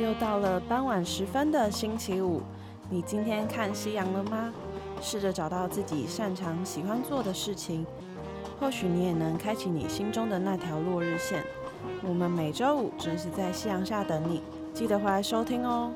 又到了傍晚时分的星期五，你今天看夕阳了吗？试着找到自己擅长、喜欢做的事情，或许你也能开启你心中的那条落日线。我们每周五准时在夕阳下等你，记得回来收听哦。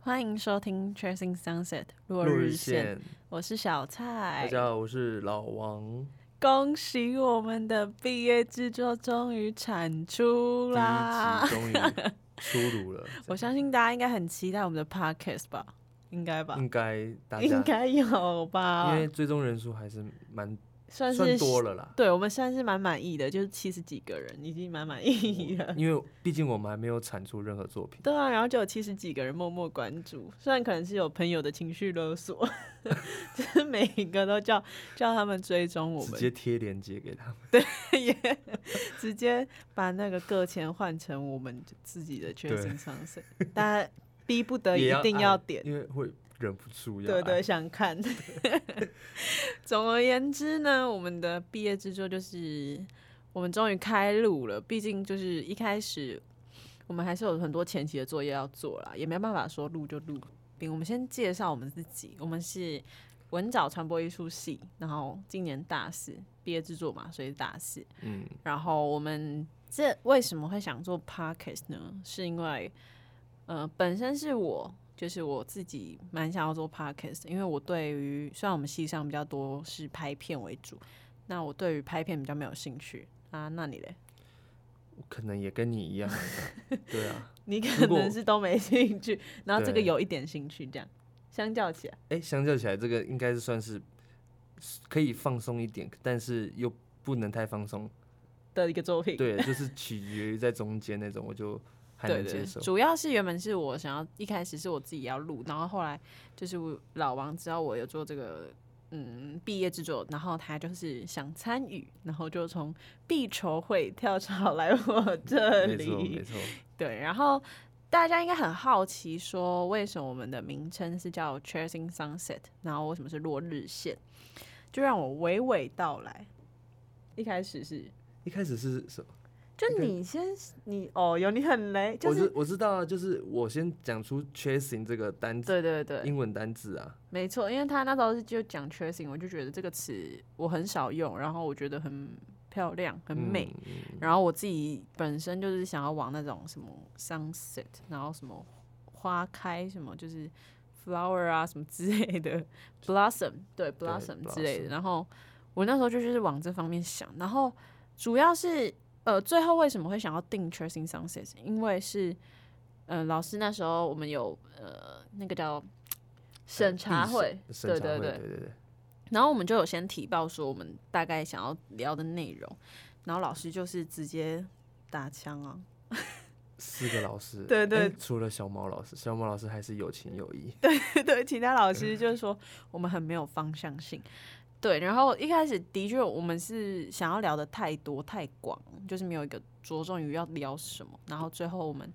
欢迎收听《Tracing Sunset》落日线，，哎我是小大蔡。家好，我是老王，恭喜我们的毕业制作终于产出第啦 一！集终于出炉了，我相信大家应该很期待我们的 podcast 吧？应该吧？应该大家应该有吧因？为追踪人数还是蛮算算是多了啦，对我们算是蛮满意的，就是七十几个人已经蛮满意了。因为毕竟我们还没有产出任何作品，对啊，然后就有七十几个人默默关注，虽然可能是有朋友的情绪勒索， 就是每一个都叫叫他们追踪我直们，接贴链接给他们，也直接把那个个钱换成我们自己的确对定上升，但逼不得已也一要定按要点，因为会忍不住要对对，按，想看。 总而言之呢，我们的毕业制作就是我们终于开录了，毕竟就是一开始我们还是有很多前期的作业要做啦，也没办法说录就录。并我们先介绍我们自己，我们是文藻传播艺术系，然后今年大四毕业制作嘛，所以是大四。嗯，然后我们这为什么会想做 podcast 呢？是因为，呃，本身是我就是我自己蛮想要做 podcast，因为我对于虽然我们系上比较多是拍片为主，那我对于拍片比较没有兴趣啊。那你嘞？我可能也跟你一样， 对啊，你可如果能是都没兴趣，然后这个对有一点兴趣，这样相较起来，哎、相较起来，这个应该是算是可以放松一点，但是又不能太放松，的一个作品。对，就是取决于在中间那种，我就还对能对接对，受。主要是原本是我想要一开始是我自己要录，然后后来就是我老王知道我有做这个嗯毕业制作，然后他就是想参与，然后就从必筹会跳槽来我这没错，没里。错，对，然后大家应该很好奇说为什么我们的名称是叫 Chasing Sunset，然后为什么是落日线？就让我娓娓道来。一开始是。一开始是什么？就一开你先，你哦，有你很雷，就我是知我知道啊，就是我先讲出 “chasing” 这个单字，对对对，英文单字啊，没错，因为他那时候是就讲 tracing，我就觉得这个词我很少用，然后我觉得很漂亮、很美。嗯然后我自己本身就是想要往那种什么 sunset，然后什么花开，什么就是 flower 啊什么之类的 blossom，对 blossom 之类的。 blossom 然后我那时候就就是往这方面想，然后主要是呃，最后为什么会想要定 tracing sunset？因为是呃，老师那时候我们有呃那个叫审查会，必审对审查对会，对对，对对，然后我们就有先提报说我们大概想要聊的内容，然后老师就是直接打枪啊，四个老师， 对对诶除了小毛老师，小毛老师还是有情有义， 对，其他老师就是说我们很没有方向性。对，然后一开始的确我们是想要聊的太多太广，就是没有一个着重于要聊什么。然后最后我们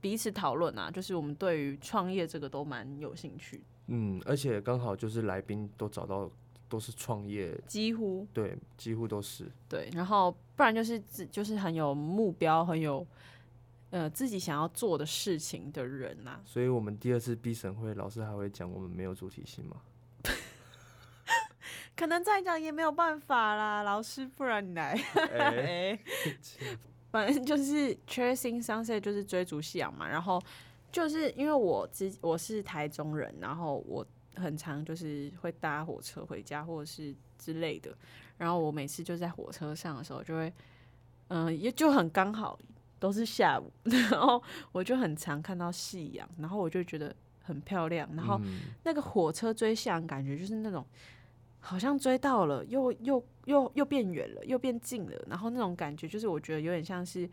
彼此讨论啊，就是我们对于创业这个都蛮有兴趣，嗯，而且刚好就是来宾都找到都是创业，几乎对，几乎都是，对，然后不然就是自就是很有目标，很有呃自己想要做的事情的人啊呐、所以我们第二次必审会老师还会讲我们没有主体性嘛，可能再讲也没有办法啦，老师，不然你来。哎，哎，反正就是 chasing sunset 就是追逐夕阳嘛。然后就是因为我之我是台中人，然后我很常就是会搭火车回家或者是之类的。然后我每次就在火车上的时候就会，嗯、也就很刚好都是下午， 然后我就很常看到夕阳，然后我就觉得很漂亮，然后嗯那个火车追夕阳，感觉就是那种好像追到了，又又又又变远了，又变近了，然后那种感觉就是我觉得有点像是，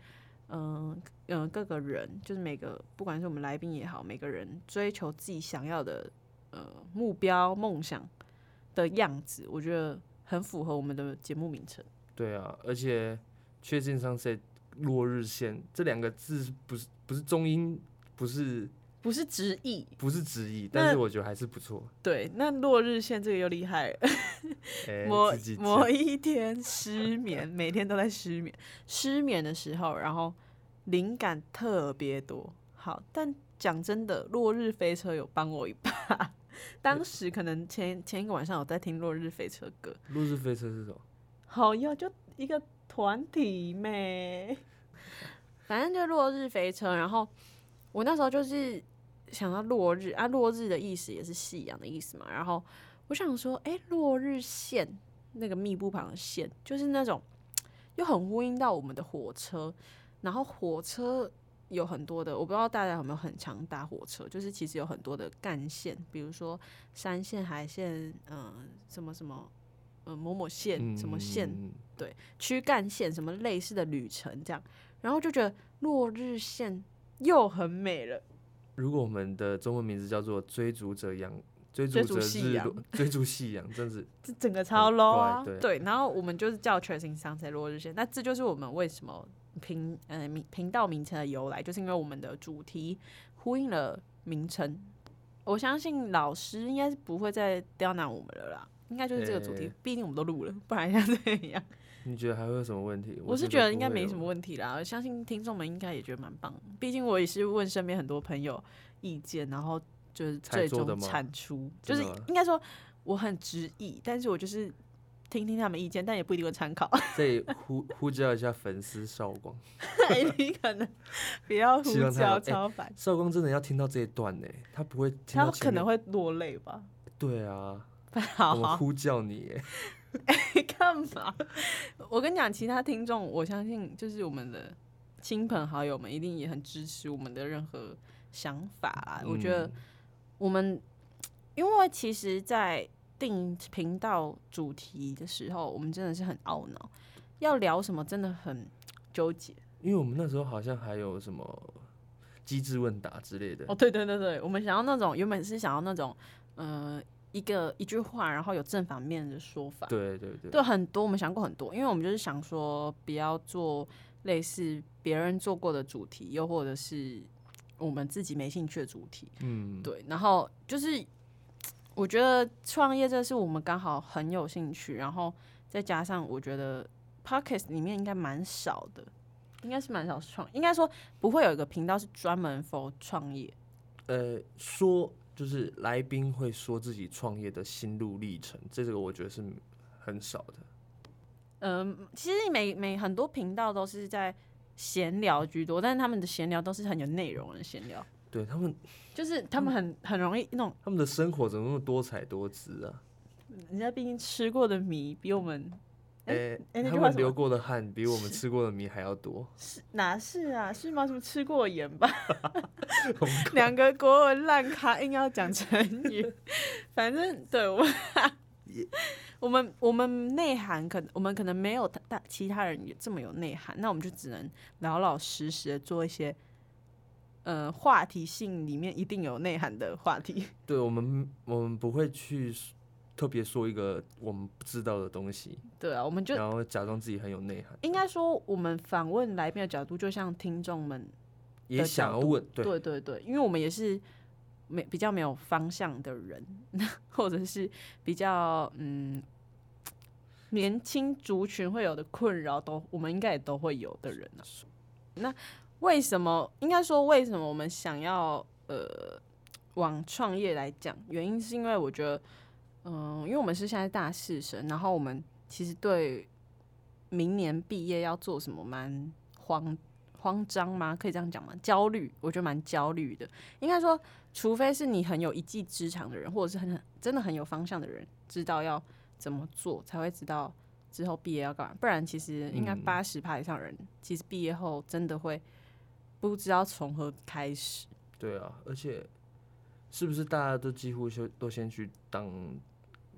嗯、嗯、各个人就是每个不管是我们来宾也好，每个人追求自己想要的呃目标梦想的样子，我觉得很符合我们的节目名称。对啊，而且确定上 u 落日线这两个字是不是不是中英，不是不是直译。不是直译，那但是我觉得还是不错。对，那落日线这个又厉害了，哎、某自己某讲一天失 眠，每天都在失眠，失眠的时候，然后灵感特别多。好，但讲真的，落日飞车有帮我一把。当时可能前前一个晚上我在听落日飞车歌， 《落日飞车》是什么？好呀，就一个团体妹。反正就落日飞车，然后我那时候就是想到落日啊，落日的意思也是夕阳的意思嘛。然后我想说，哎、落日线那个密布旁的线，就是那种又很呼应到我们的火车。然后火车有很多的，我不知道大家有没有很常搭火车，就是其实有很多的干线，比如说山线、海线，嗯、什么什么，呃，某某线、什么线，嗯躯干线什么类似的旅程这样，然后就觉得落日线又很美了，如果我们的中文名字叫做《追逐者阳》，追追逐逐者夕日阳落， 追逐夕阳，真是这整个超很 low 啊！怪对然后我们就是叫 Tracing Sunset 落日线，那这就是我们为什么频呃名频道名称的由来，就是因为我们的主题呼应了名称。我相信老师应该是不会再刁难我们了啦，应该就是这个主题诶，毕、竟我们都录了，不然像这样。你觉得还会有什么问题？我是觉觉得不应该会哦没有什么问题啦，我相信听众们应该也觉得蛮棒的。毕竟我也是问身边很多朋友意见，然后就是才最做的终吗产出，就真是的吗应该说我很执意，但是我就是听听他们意见，但也不一定会参 考。这里呼呼叫一下粉丝少光，你可能不要胡希望他搅有哎超凡，少光真的要听到这一段呢，他不会听他到前可面。能会落泪吧。对啊，好我们呼叫你哎，你 干嘛？我跟你讲，其他听众，我相信就是我们的亲朋好友们一定也很支持我们的任何想法啦。啊我觉得嗯我们，因为其实，在定频道主题的时候，我们真的是很懊恼，要聊什么真的很纠结。因为我们那时候好像还有什么机智问答之类的哦，，对对对对，我们想要那种原本是想要那种，呃，一个一句话，然后有正反面的说法。对对对，对，啊很多我们想过很多，因为我们就是想说，不要做类似别人做过的主题，又或者是我们自己没兴趣的主题。嗯，对，然后就是我觉得创业这是我们刚好很有兴趣，然后再加上我觉得 p o c k e t 里面应该蛮少的，应该是蛮少创，应该说不会有一个频道是专门 for 创业。呃，说就是来宾会说自己创业的心路历程，这个我觉得是很少的。嗯，其实每每很多频道都是在闲聊居多，但是他们的闲聊都是很有内容的闲聊。对他们，就是他们很很容易那种，他们的生活怎么那么多彩多姿啊？人家毕竟吃过的米比我们哎、哎那句他话们怎么流过的汗比我们吃过的米还要多。是哪是啊？是吗？什么吃过盐吧？ 两个国文烂咖硬要讲成 语，反正对我们我们我们内涵可能我们可能没有大大其他人也这么有内涵，那我们就只能老老实实的做一些。呃，话题性里面一定有内涵的话题，对我们，我们不会去特别说一个我们不知道的东西， 对啊，我们就然后假装自己很有内涵，应该说，我们访问来宾的角度，就像听众们也想要问。对，对对对，因为我们也是没比较没有方向的人， 或者是比较嗯年轻族群会有的困扰，都我们应该也都会有的人啊。那为什么应该说为什么我们想要呃往创业来讲？原因是因为我觉得，嗯、因为我们是现在大四生，然后我们其实对明年毕业要做什么蛮慌慌张吗？可以这样讲吗？焦虑，我觉得蛮焦虑的。应该说，除非是你很有一技之长的人，或者是很真的很有方向的人，知道要怎么做，才会知道之后毕业要干嘛。不然，其实应该嗯八十趴以上的人，其实毕业后真的会不知道从何开始。对啊，而且是不是大家都几乎就都先去当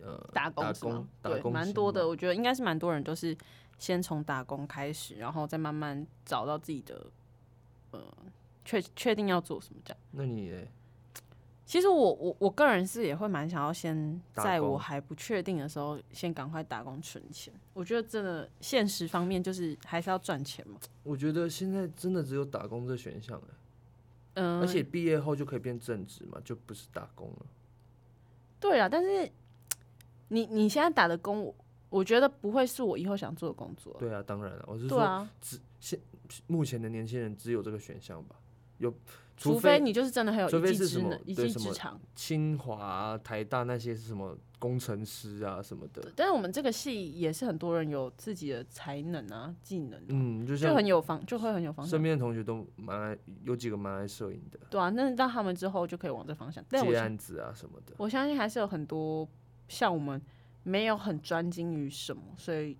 呃打工打是吗工打对，工蛮先多的。嘛我觉得应该是蛮多人都是先从打工开始，然后再慢慢找到自己的呃确确定要做什么这样。那你嘞其实我我我个人是也会蛮想要先打在我工还不确定的时候，先赶快打工存钱。我觉得真的现实方面就是还是要赚钱嘛。我觉得现在真的只有打工这选项了。欸嗯、而且毕业后就可以变正职嘛，就不是打工了。对啊，但是你你现在打的工，我我觉得不会是我以后想做的工作。对啊，当然了，我是对说，啊，目前的年轻人只有这个选项吧？有，除非非你就是真的很有除非一技是什之么能、一对技什之么长。清华啊、台大那些是什么工程师啊什么的，但是我们这个系也是很多人有自己的才能啊、技能啊，嗯，就就像很有方，就会很有方向身。边的同学都蛮爱，有几个蛮爱摄影的，对啊，那让他们之后就可以往这方向。但我接相案子啊什么的。我相信还是有很多像我们没有很专精于什么，所以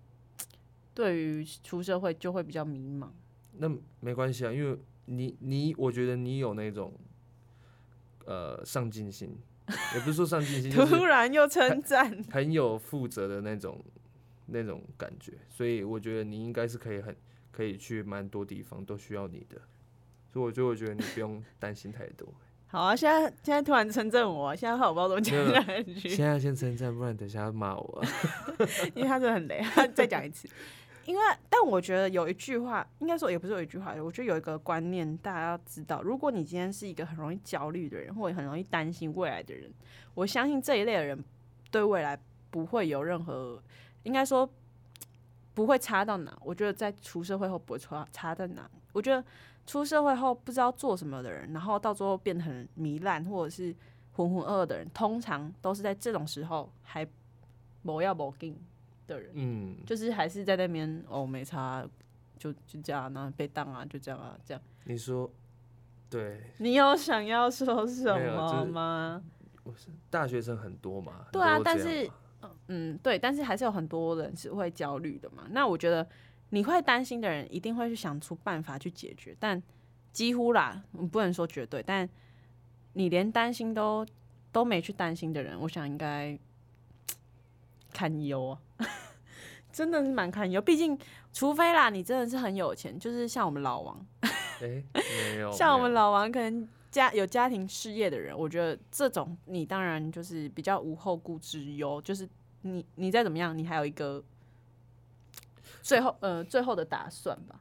对于出社会就会比较迷茫。那没关系啊，因为你你，我觉得你有那种呃上进心，也不是说上 进心，就是然又称赞， 很有负责的那种那种感觉，所以我觉得你应该是可以很可以去蛮多地方都需要你的，所以我就会觉得你不用担心太 多。好啊！现在现在突然称赞我、啊，现在我不知道怎么没有讲下去，现在先称赞，不然等一下要骂我。因为他真的很累。 再讲一次，因为但我觉得有一句话，应该说也不是有一句话，我觉得有一个观念大家要知道：如果你今天是一个很容易焦虑的人，或者很容易担心未来的人，我相信这一类的人对未来不会有任何，应该说不会差到哪。我觉得在出社会后不会差差到哪。我觉得出社会后不知道做什么的人，然后到最后变得很糜烂或者是浑浑噩噩的人，通常都是在这种时候还某要某劲的人， 嗯，就是还是在那边哦没差，就就这样，然后被当啊，就这样啊，这样。你说对，你有想要说什没有就么是吗？大学生很多嘛，很对啊多都但这样是嘛嗯，对，但是还是有很多人是会焦虑的嘛。那我觉得你会担心的人，一定会去想出办法去解决，但几乎啦，嗯不能说绝对，但你连担心都都没去担心的人，我想应该堪忧啊， 真的是蛮堪忧。毕竟，除非啦，你真的是很有钱，就是像我们老王，哎、 没有像我没有们老王可能家有家庭事业的人，我觉得这种你当然就是比较无后顾之忧，就是你你再怎么样，你还有一个最后呃最后的打算吧。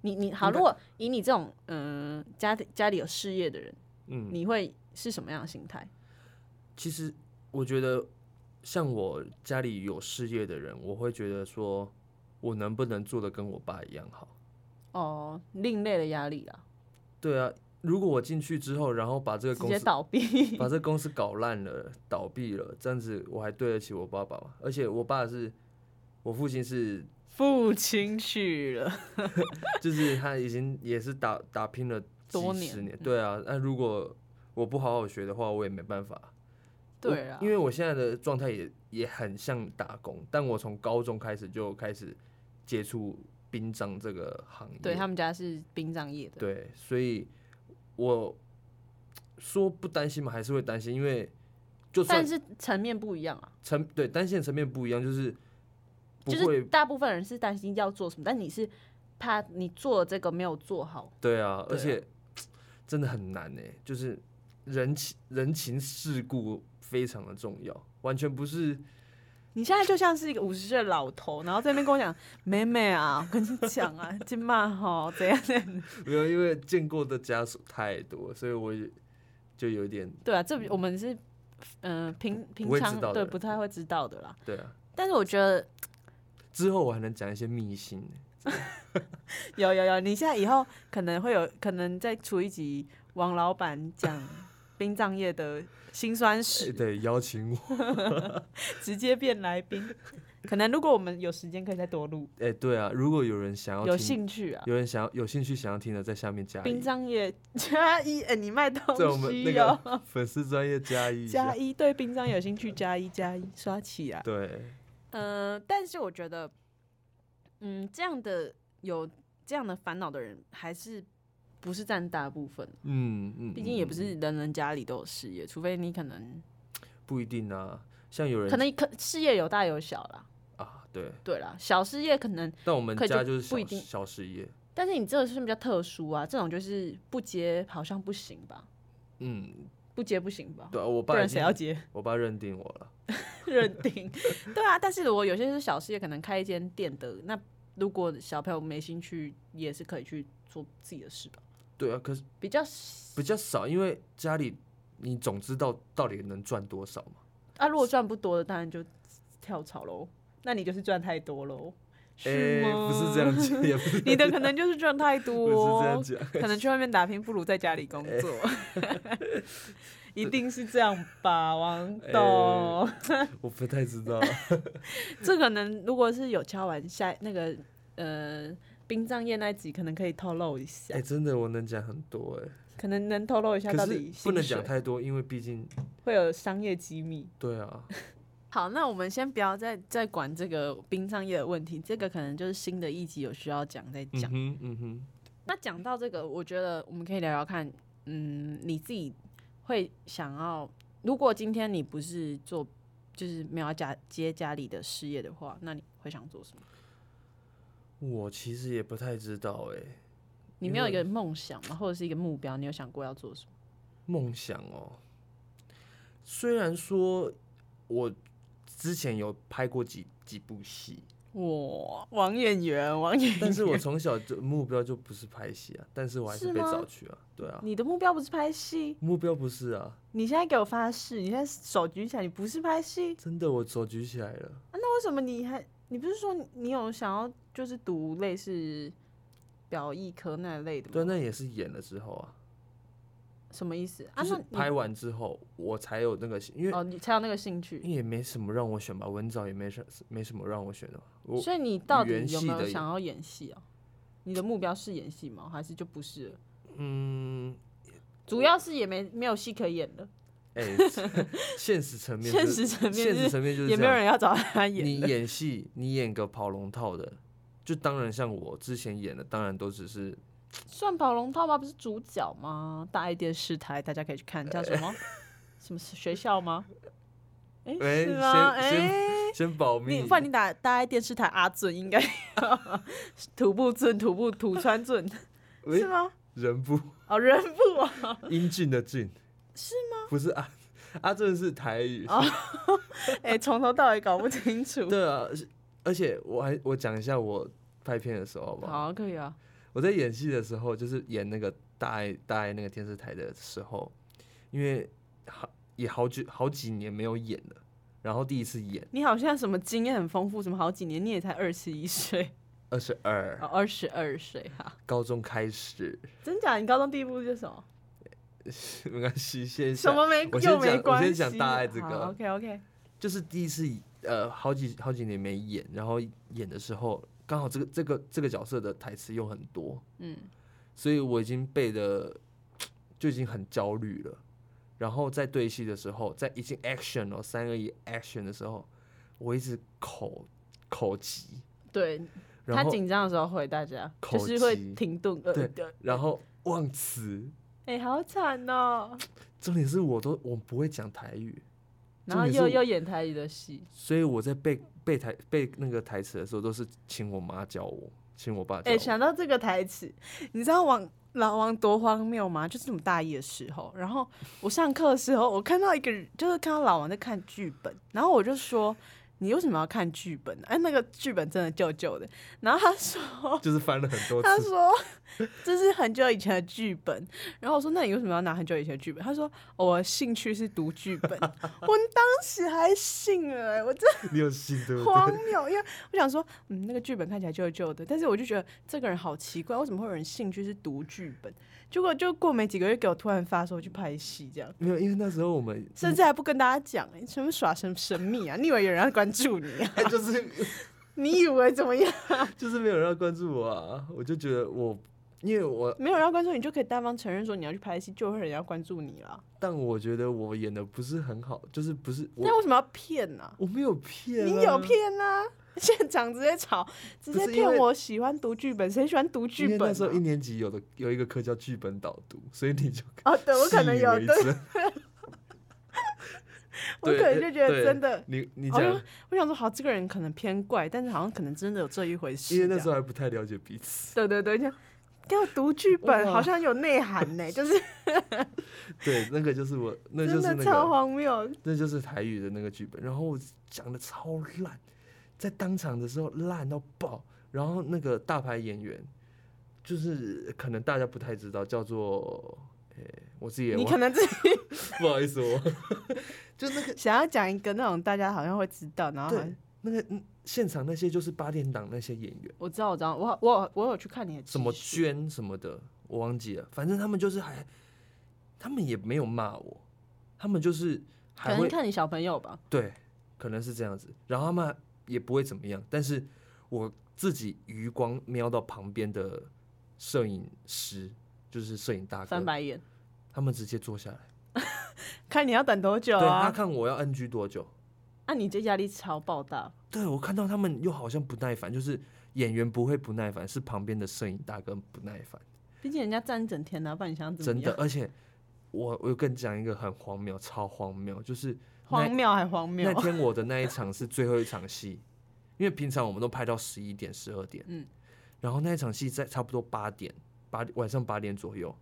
你你好，应该如果以你这种嗯、呃、家庭家里有事业的人，嗯，你会是什么样的心态？其实我觉得，像我家里有事业的人，我会觉得说，我能不能做的跟我爸一样好？哦，另类的压力啦，对啊，如果我进去之后，然后把这个直公接司倒 闭。把这个公司搞烂了、倒闭了，这样子我还对得起我爸爸吗？而且我爸是，我父亲是，父亲去了，就是他已经也是打打拼了几多十年年，对啊。那如果我不好好学的话，我也没办法。对啊我，因为我现在的状态也也很像打工，但我从高中开始就开始接触殡葬这个行业，对他们家是殡葬业的，对所以我说不担心嘛，还是会担心，因为就算但是层面不一样啊。层对担心的层面不一样，就是不就会、是大部分人是担心要做什么，但你是怕你做这个没有做好，对啊，对而啊且真的很难呢、欸就是人情人情世故非常的重要，完全不是你现在就像是一个五十岁的老头，然后在那边跟我讲：“妹妹啊，我跟你讲啊，金骂吼怎样怎样。没有，因为见过的家属太多，所以我也就有点” 对啊，这比我们是嗯、呃平平不会知常道的对不太会知道的啦。对啊。但是我觉得之后我还能讲一些秘辛呢，有有有，你现在以后可能会有可能再出一集王老板讲殡葬业的辛酸哎史，对，邀请 我，直接变来宾。 可能如果我们有时间，可以再多录，哎、对啊，如果有人想要有听，兴趣啊。有人想要有兴趣想要听的，在下面加殡一，葬业 加一，哎、你卖东在我们那西哦、个粉丝专业加 一一 加下，一对殡葬有兴趣，加一加一刷起来。对，嗯、但是我觉得，嗯，这样的有这样的烦恼的人，还是不是占大部分？嗯嗯，毕竟也不嗯是人人家里都有事业，除非你可能不一定啊，像有人可能可事业有大有小啦。啊，对，对啦，小事业可能，但我们可以家就就是不小一定小事业，但是你这个是比较特殊啊，这种就是不接好像不行吧？嗯，不接不行吧？对啊，我不爸然已谁经要接？我爸认定我了，认定。 对啊，但是如果有些是小事业，可能开一间店的，那如果小朋友没兴趣，也是可以去做自己的事吧。对啊，可是比较比较少，因为家里你总知道到底能赚多少嘛。啊，如果赚不多的，当然就跳槽喽。那你就是赚太多喽，是诶吗？不是这样，讲，也不是 你的可能就是赚太 不是这多哦样，讲。可能去外面打拼不如在家里工作，一定是这样吧，王董。我不太 知道，这可能如果是有敲完下那个呃殡葬业那一集，可能可以透露一下哎、，真的我能讲很多哎、可能能透露一下可到是底薪不能水讲太多，因为毕竟会有商业机密。对啊，好，那我们先不要再再管这个殡葬业的问题，这个可能就是新的一集有需要讲再嗯讲。哼，嗯哼，那讲到这个，我觉得我们可以聊聊看，嗯，你自己会想要，如果今天你不是做，就是没有要家接家里的事业的话，那你会想做什么？我其实也不太知道哎、你没有一个梦想吗，或者是一个目标？你有想过要做什么？梦想哦。虽然说我之前有拍过几几部 戏，哇，王演员，王演但是我从小就目标就不是拍戏啊，但是我还是是被吗找去啊，对啊，你的目标不是拍戏？目标不是啊，你现在给我发誓，你现在手举起来，你不是拍戏？真的我手举起来了，为什么你还你不是说你你有想要就是读类似表艺科那类的吗？对啊，那也是演了之后啊，什么意思啊？就是那你拍完之后我才有那个兴，因为哦，你才有那个兴趣，因为也没什么让我选吧，文藻也没什没什么让我选的嘛，我所以你到语底言有系没有的想要演戏啊？你的目标是演戏吗？还是就不是了？嗯，主要是也没没有戏可演了，哎、现 实层 面现是实层面现是实层面就是也这没有样啊人要找他演你了。演戏，你演个跑龙套的，就当然像我之前演的，当然都只是算跑龙套吗？不是主角吗？大爱电视台大家可以去看，叫什 么？什么学校吗？哎、哎是吗？哎、先先先保你密。不然你打大概电视台阿准应该 土布尊土布土川 准喂是吗？人 不哦，人不啊，英俊的俊是吗？不是啊，啊，真的是台语。哦哎、从头到尾搞不清楚。对啊，是而且我还我讲一下我拍片的时候好不好？好，可以啊。我在演戏的时候，就是演那个大爱大爱那个电视台的时候，因为好也好久好几年没有演了，然后第一次演你好像什么经验很丰富，什么好几年，你也才二十一岁， 二十二，哦，二十二岁哈，高中开始。真假？你高中第一部是什 么？ 没关系，先什想么没我先又没讲关系。我先讲大爱这个 OK OK，就是第一次呃，好几好几年没演，然后演的时候刚好这个这个这个角色的台词又很多，嗯，所以我已经背的就已经很焦虑了。然后在对戏的时候，在已经 action 哦，三二一 action 的时候，我一直口口急，对他然后紧张的时候回大家，口就是会急停顿。呃，对对，然后忘词，哎、好惨哦、重点是我都我不会讲台语，然后重点是又我又演台语的戏，所以我在背背台背那个台词的时候，都是请我妈教我，请我爸教哎、我。想到这个台词，你知道王老王多荒谬吗？就是我们大一的时候，然后我上课的时候，我看到一个人，就是看到老王在看剧本，然后我就说。你为什么要看剧本？哎、那个剧本真的旧旧的。然后他说，就是翻了很多他次，说这是很久以前的剧本。然后我说，那你为什么要拿很久以前的剧本？他说，我的兴趣是读剧本。 我当时还信了、哎我真。你有信对不荒对？谬，因为我想说，嗯，那个剧本看起来旧旧的，但是我就觉得这个人好奇怪，为什么会有人兴趣是读剧本？结果就过没几个月，给我突然发说去拍戏，这样，没有，因为那时候 我们甚至还不跟大家讲、欸，什么耍什么神秘啊？你以为有人要关注你啊？哎，就是你以为怎么样？就是没有人要关注我啊，我就觉得我，因为我，没有人要关注你，就可以大方承认说你要去拍戏，就会有人要关注你啦。但我觉得我演的不是很好，就是不是我那为什么要骗呢、我没有骗、啊，你有，骗呢、现场直接吵，直不接是因骗为我喜欢读剧本，谁喜欢读剧因为本、那时候一啊？年级有的有一个课叫剧本导读，所以你就哦， 对我可能有，信以为对，真我可能就觉得真的，你你哦讲因，为我想说，好，这个人可能偏怪，但是好像可能真的有这一回事。因为那时候，候还不太了解彼此，对对对，就给我读剧本，哇好像有内涵呢，就是对，那个就是我，那就真是的那超个，荒谬。那就是台语的那个剧本，然后我讲的超烂，在当场的时候烂到爆，然后那个大牌演员就是可能大家不太知道，叫做诶、我自己也你忘可能自己 不好意思我，就那 个想要讲一个那种大家好像会知道，然后好对像那个嗯现场那些就是八点档那些演员，我知道，我知道，我我我有去看你的什么集数娟什么的，我忘记了，反正他们就是还，他们也没有骂我，他们就是可还能会看你小朋友吧。对，可能是这样子。然后他们也不会怎么样，但是我自己余光瞄到旁边的摄影师，就是摄影大翻哥，白眼，他们直接坐下来，看你要等多久对他啊？看我要 NG 多久。那、你这压力超爆大，对我看到他们又好像不耐烦，就是演员不会不耐烦，是旁边的摄影大哥不耐烦，毕竟人家站一整天啊，不然你想怎真么的样？。而且我我跟你讲一个很荒谬，超荒谬，就是荒谬还荒那谬，天我的那一场是最后一场戏，因为平常我们都拍到十一点、十二点，嗯然后那一场戏在差不多八点、八晚上八点左右，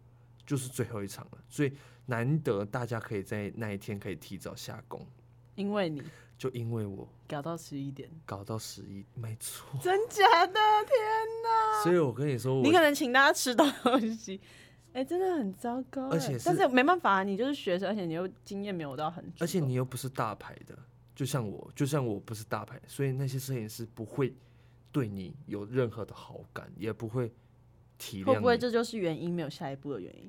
就是最后一场了，所以难得大家可以在那一天可以提早下工， 因为你就因为我搞到十一点，搞到十一，没错，真假的？天哪！所以我跟你说我你可能请大家吃东西， 哎、真的很糟糕哎、而且是但是没办法、啊，你就是学生，而且你又经验没有到很足够，而且你又不是大牌的，就像我，就像我不是大牌，所以那些摄影师不会对你有任何的好感，也不会体会谅不会你。这就是原因，没有下一步的原因？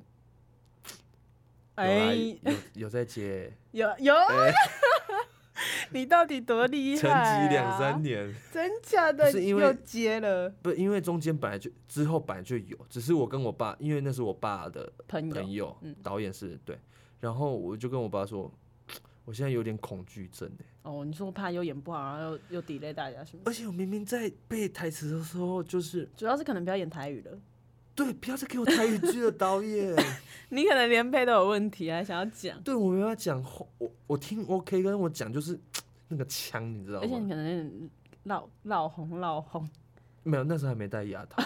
哎、有啦有有在接，有有，啊 哎你到底多厉沉害、啊？寂两三，年，真假的不是因为又接了不，因为中间本来就之后本来就有，只是我跟我爸，因为那是我爸的朋友朋友，嗯导演是对，然后我就跟我爸说，我现在有点恐惧症哎、哦，你说怕又演不好，然后又又 delay 大家什么的？而且我明明在背台词的时候，就是主要是可能不要演台语了，对，不要再给我台语 剧了，导演。你可能连背都有问题，还想要讲，对我没办法讲话，我我听 OK，跟我讲就是那个腔，你知道而且你吗？可能有点闹闹红闹红。没有，那时候还没戴牙套，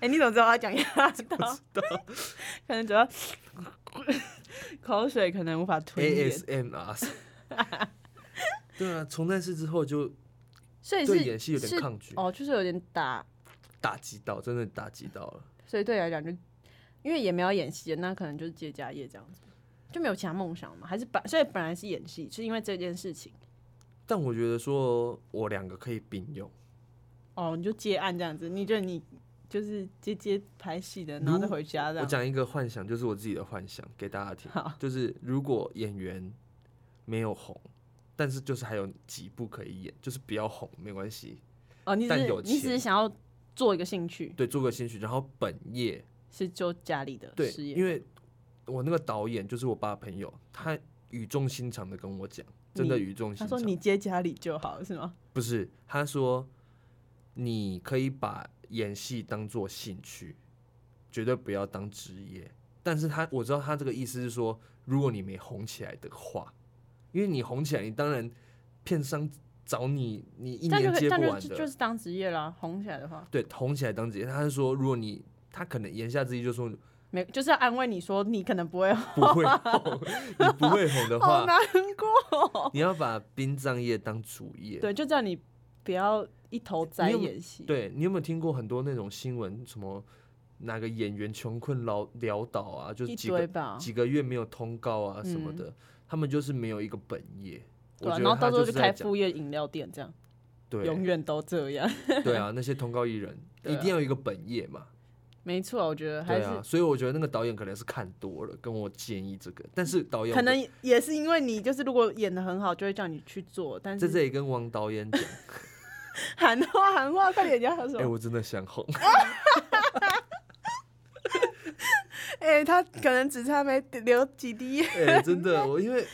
哎、你怎么知道他讲牙套？ 可能主要口水可能无法 吞咽， ASMR。对啊，从那次之后就所以对是演戏有点是抗拒，哦，就是有点打，打击到，真的打击到了。所以对你来讲就因为也没有演戏，那可能就是接家业这样子，就没有其他梦想嘛？还是本所以本来是演戏，是因为这件事情但我觉得说我两个可以并用，哦，你就接案这样子，你觉得你就是接接拍戏的，如然后再回家这嗯我样。讲一个幻想，就是我自己的幻想给大家听好，就是如果演员没有红，但是就是还有几部可以演，就是不要红没关系，哦，你只但是有你只是钱想要做一个兴趣，对，做个兴趣，然后本业是就家里的对，事业，因为我那个导演就是我爸的朋友，他语重心长的跟我讲，真的你语重他心说长。你接家里就好，是吗？不是，他说你可以把演戏当做兴趣，绝对不要当职业。但是他我知道他这个意思是说，如果你没红起来的话，因为你红起来，你当然片商找你，你一但就年可以接但不就完就的。就是当职业啦，红起来的话，对，红起来当职业。他是说，如果你他可能言下之意就说没就是要安慰你说你可能不会红，不会红， 你不会红 的话好，难过。你要把殡葬业当主业。对，就叫你不要一头栽你有演戏。对，你有没有听过很多那种新闻？什么哪个演员穷困潦潦倒啊？就是一几堆个吧，几个月没有通告啊什么嗯的，他们就是没有一个本业。对、我啊，觉然后得他到时候就是在开讲副业饮料店，这样永对远都这样。 对啊，那些通告艺人对一啊定要有一个本业嘛。没错，我觉得还对是、啊，所以我觉得那个导演可能是看多了，跟我建议这个。但是导演可我能也是因为你就是如果演的很好，就会叫你去做，但在是这里跟王导演讲， 喊话喊话，快点人家他说哎、，我真的想 红。哎、他可能只差没流几滴眼哎、真的，我因为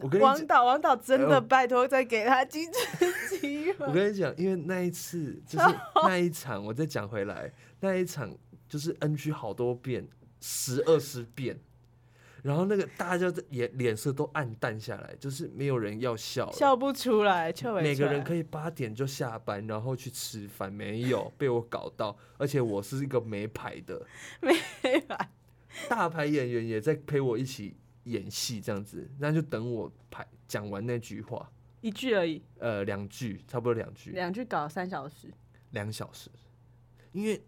我跟你王导，王导真哎的呦拜托再给他几次机我会。跟你讲，因为那一次 就是那一场，我再讲回来，那一场就是 NG 好多遍，十二十遍，然后那个大家的脸脸色都暗淡下来，就是没有人要笑了。笑不出来，却每个人可以以八点就下班，然后去吃饭，没有被我搞到，而且我是一个没牌的，大牌演员也在陪我一起演戏，这样子，那就等我排讲完那句话， 一句而已，呃，两句，差不多两句，两句搞三小时，两小时，因为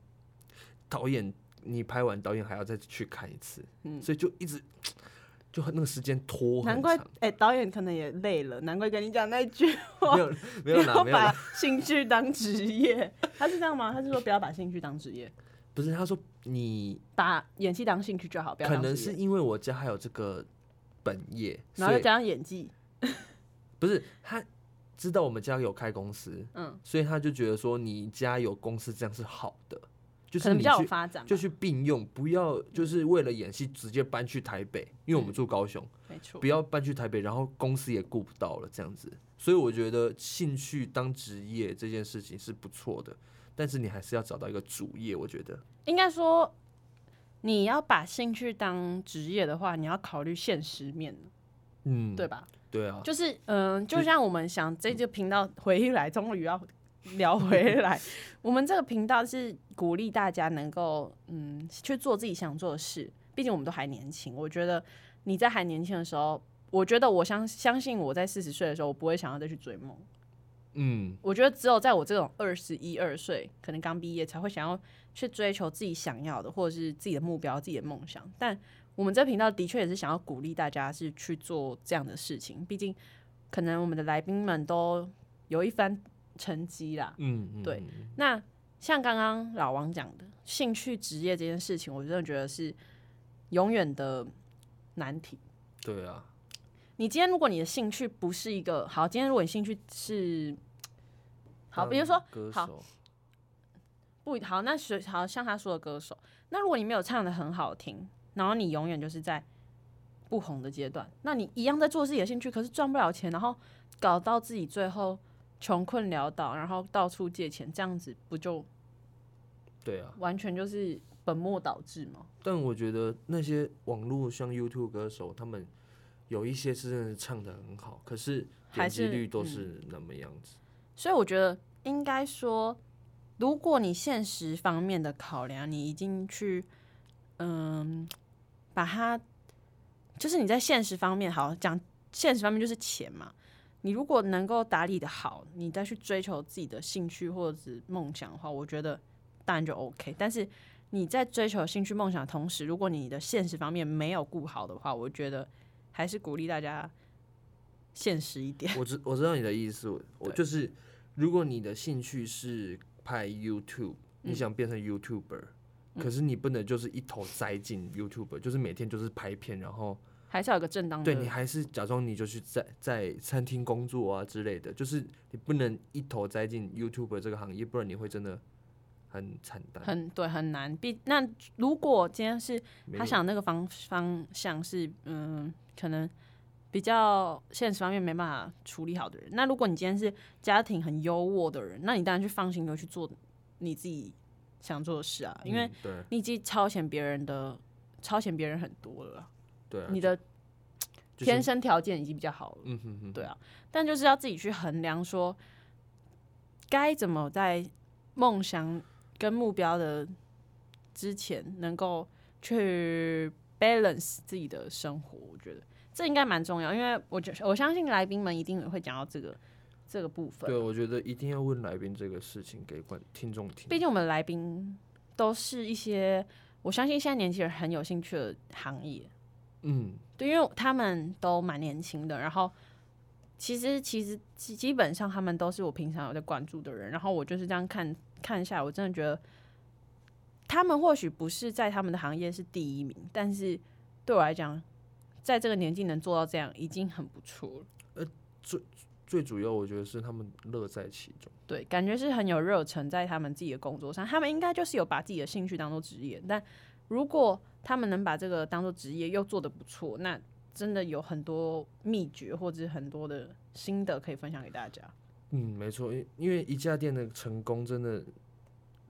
导演你拍完，导演还要再去看一次，嗯所以就一直就很那个时间拖难很怪长，哎、导演可能也累了，难怪跟你讲那句没有 没有 啦不没有要把啦，兴趣当职业，他是这样吗？他是说不要把兴趣当职业，不是他说你把演戏当兴趣就好，不要可当能职是业。因为我家还有这个本业，然后所再以加上演技，不是他知道我们家有开公司，嗯，所以他就觉得说你家有公司这样是好的，就可是能你比较有去发展吧，就去并用，不要就是为了演戏直接搬去台北，因嗯为我们住高雄，没错不。要搬去台北，然后公司也顾不到了这样子。所以我觉得兴趣当职业这件事情是不错的，但是你还是要找到一个主业。我觉得应该说，你要把兴趣当职业的话，你要考虑现实面，嗯，对吧？对啊，就是嗯、就像我们想这个频道回来，终于要聊回来。 我们这个频道是鼓励大家能够嗯去做自己想做的事，毕竟我们都还年轻。我觉得你在还年轻的时候，我觉得我相相信我在四十岁的时候，我不会想要再去追梦。嗯，我觉得只有在我这种二十一二岁，可能刚毕业才会想要去追求自己想要的，或者是自己的目标、自己的梦想。但我们这频道的确也是想要鼓励大家是去做这样的事情，毕竟可能我们的来宾们都有一番成绩啦。嗯嗯，对嗯，那像刚刚老王讲的兴趣职业这件事情，我真的觉得是永远的难题。对啊，你今天如果你的兴趣不是一个好，今天如果你兴趣是好，比如说当歌好手，不好，那学好像他说的歌手，那如果你没有唱的很好听，然后你永远就是在不红的阶段，那你一样在做自己的兴趣，可是赚不了钱，然后搞到自己最后穷困潦倒，然后到处借钱，这样子不就对啊，完全就是本末倒置吗？但我觉得那些网络像 YouTube 歌手，他们有一些是真的唱的很好，可是点还击是率都嗯是那么样子。所以我觉得应该说，如果你现实方面的考量，你已经去嗯把它，就是你在现实方面好讲，现实方面就是钱嘛。你如果能够打理的好，你再去追求自己的兴趣或者是梦想的话，我觉得当然就 OK。但是你在追求兴趣梦想的同时，如果你的现实方面没有顾好的话，我觉得还是鼓励大家现实一点。 我知我知道你的意思，我我对就是如果你的兴趣是拍 YouTube，你嗯想变成 YouTuber，、可是你不能就是一头栽进 YouTuber，就是每天就是拍片，然后还是要有个正当的。对你还是假装你就去在在餐厅工作啊之类的，就是你不能一头栽进 YouTuber 这个行业，不然你会真的很惨淡。很对很难。必那如果今天是没他有想那个方方向是嗯，可能比较现实方面没办法处理好的人，那如果你今天是家庭很优渥的人，那你当然去放心的去做你自己想做的事啊，因为嗯对你已经超前别人的，超前别人很多了啊，对啊，你的就是天生条件已经比较好了。嗯哼哼，对啊，但就是要自己去衡量说，该怎么在梦想跟目标的之前，能够去 balance 自己的生活。我觉得这应该蛮重要，因为我觉我相信来宾们一定也会讲到这个这个部分对，。我觉得一定要问来宾这个事情给观听众听。毕竟我们的来宾都是一些我相信现在年轻人很有兴趣的行业，嗯，对，因为他们都蛮年轻的，然后其实其实基基本上他们都是我平常有在关注的人，然后我就是这样看看下来，我真的觉得他们或许不是在他们的行业是第一名，但是对我来讲，在这个年纪能做到这样已经很不错了。最主要我觉得是他们乐在其中。对，感觉是很有热忱在他们自己的工作上，他们应该就是有把自己的兴趣当做职业。但如果他们能把这个当做职业又做得不错，那真的有很多秘诀或者是很多的心得可以分享给大家。嗯，没错，因因为一家店的成功真的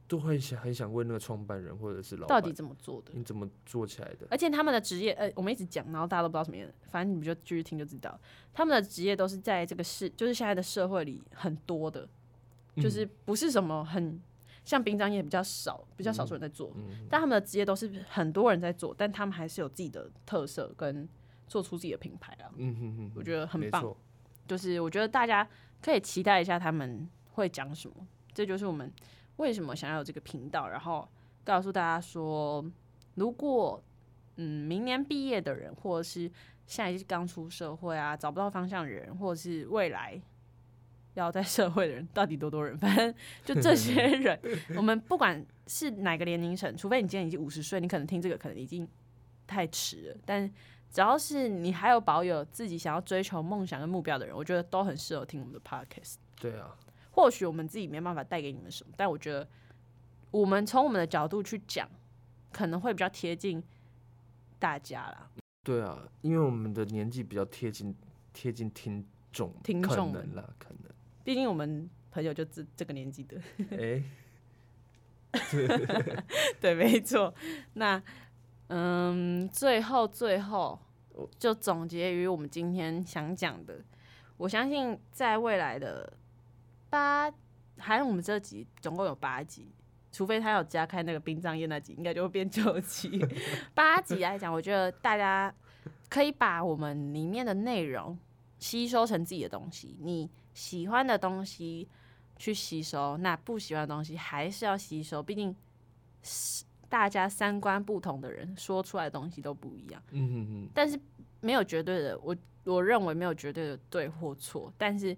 都会想很想问那个创办人或者是老到板，底怎哎么做的？你怎么做起来的？而且他们的职业，呃，我们一直讲，然后大家都不知道什么样，反正你们就继续听就知道。他们的职业都是在这个世，就是现在的社会里很多的，就是不是什么很像殡葬业比较少，比较少数人在做，但他们的职业都是很多人在做，但他们还是有自己的特色跟做出自己的品牌啊，嗯哼哼，我觉得很没棒。错，就是我觉得大家可以期待一下他们会讲什么，这就是我们为什么想要有这个频道，然后告诉大家说，如果嗯明年毕业的人，或者是现在刚出社会啊找不到方向的人，或者是未来要在社会的人，到底多多人，反正就这些人，我们不管是哪个年龄层，除非你今年已经五十岁，你可能听这个可能已经太迟了，但。只要是你还有保有自己想要追求梦想跟目标的人，我觉得都很适合听我们的 podcast。对啊，或许我们自己没办法带给你们什么，但我觉得我们从我们的角度去讲，可能会比较贴近大家啦。对啊，因为我们的年纪比较贴近贴近听众，听可众能啦，可 能。毕竟我们朋友就这这个年纪的，哎、 对，没错。那嗯，最后最后就总结于我们今天想讲的，我相信在未来的八，还有我们这集总共有八集，除非他有加开那个殡葬业那集，应该就会变九集。 八集来讲，我觉得大家可以把我们里面的内容吸收成自己的东西，你喜欢的东西去吸收，那不喜欢的东西还是要吸收，毕竟是大家三观不同的人说出来的东西都不一样。嗯哼哼，但是没有绝对的，我我认为没有绝对的对或错。但是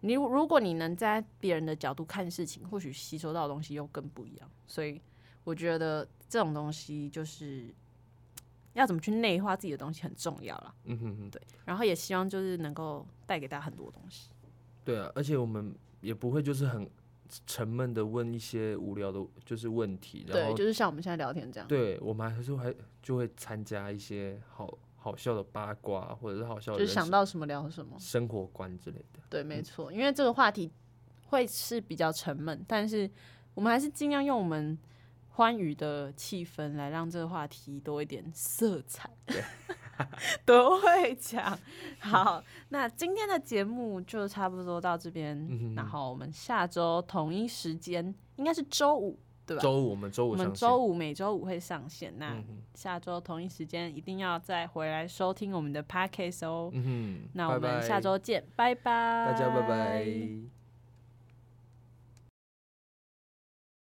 你如果你能在别人的角度看事情，或许吸收到的东西又更不一样。所以我觉得这种东西就是要怎么去内化自己的东西很重要啦。嗯哼哼，然后也希望就是能够带给大家很多东西。对啊，而且我们也不会就是很沉闷的问一些无聊的，就是问题，然对，后就是像我们现在聊天这样。对我们还是还就会参加一些好好笑的八卦，啊或者是好笑的就是人想生到什么聊什么，生活观之类的。对，没错，因为这个话题会是比较沉闷，但是我们还是尽量用我们欢愉的气氛来让这个话题多一点色彩。 都会讲。好，那今天的节目就差不多到这边，嗯然后我们下周同一时间应该是周五，对吧？周五我们周我五上们线，周五每周五会上线，那嗯哼下周同一时间一定要再回来收听我们的 podcast 哦。嗯哼，那我嗯拜们拜下周见，拜拜，大家拜拜。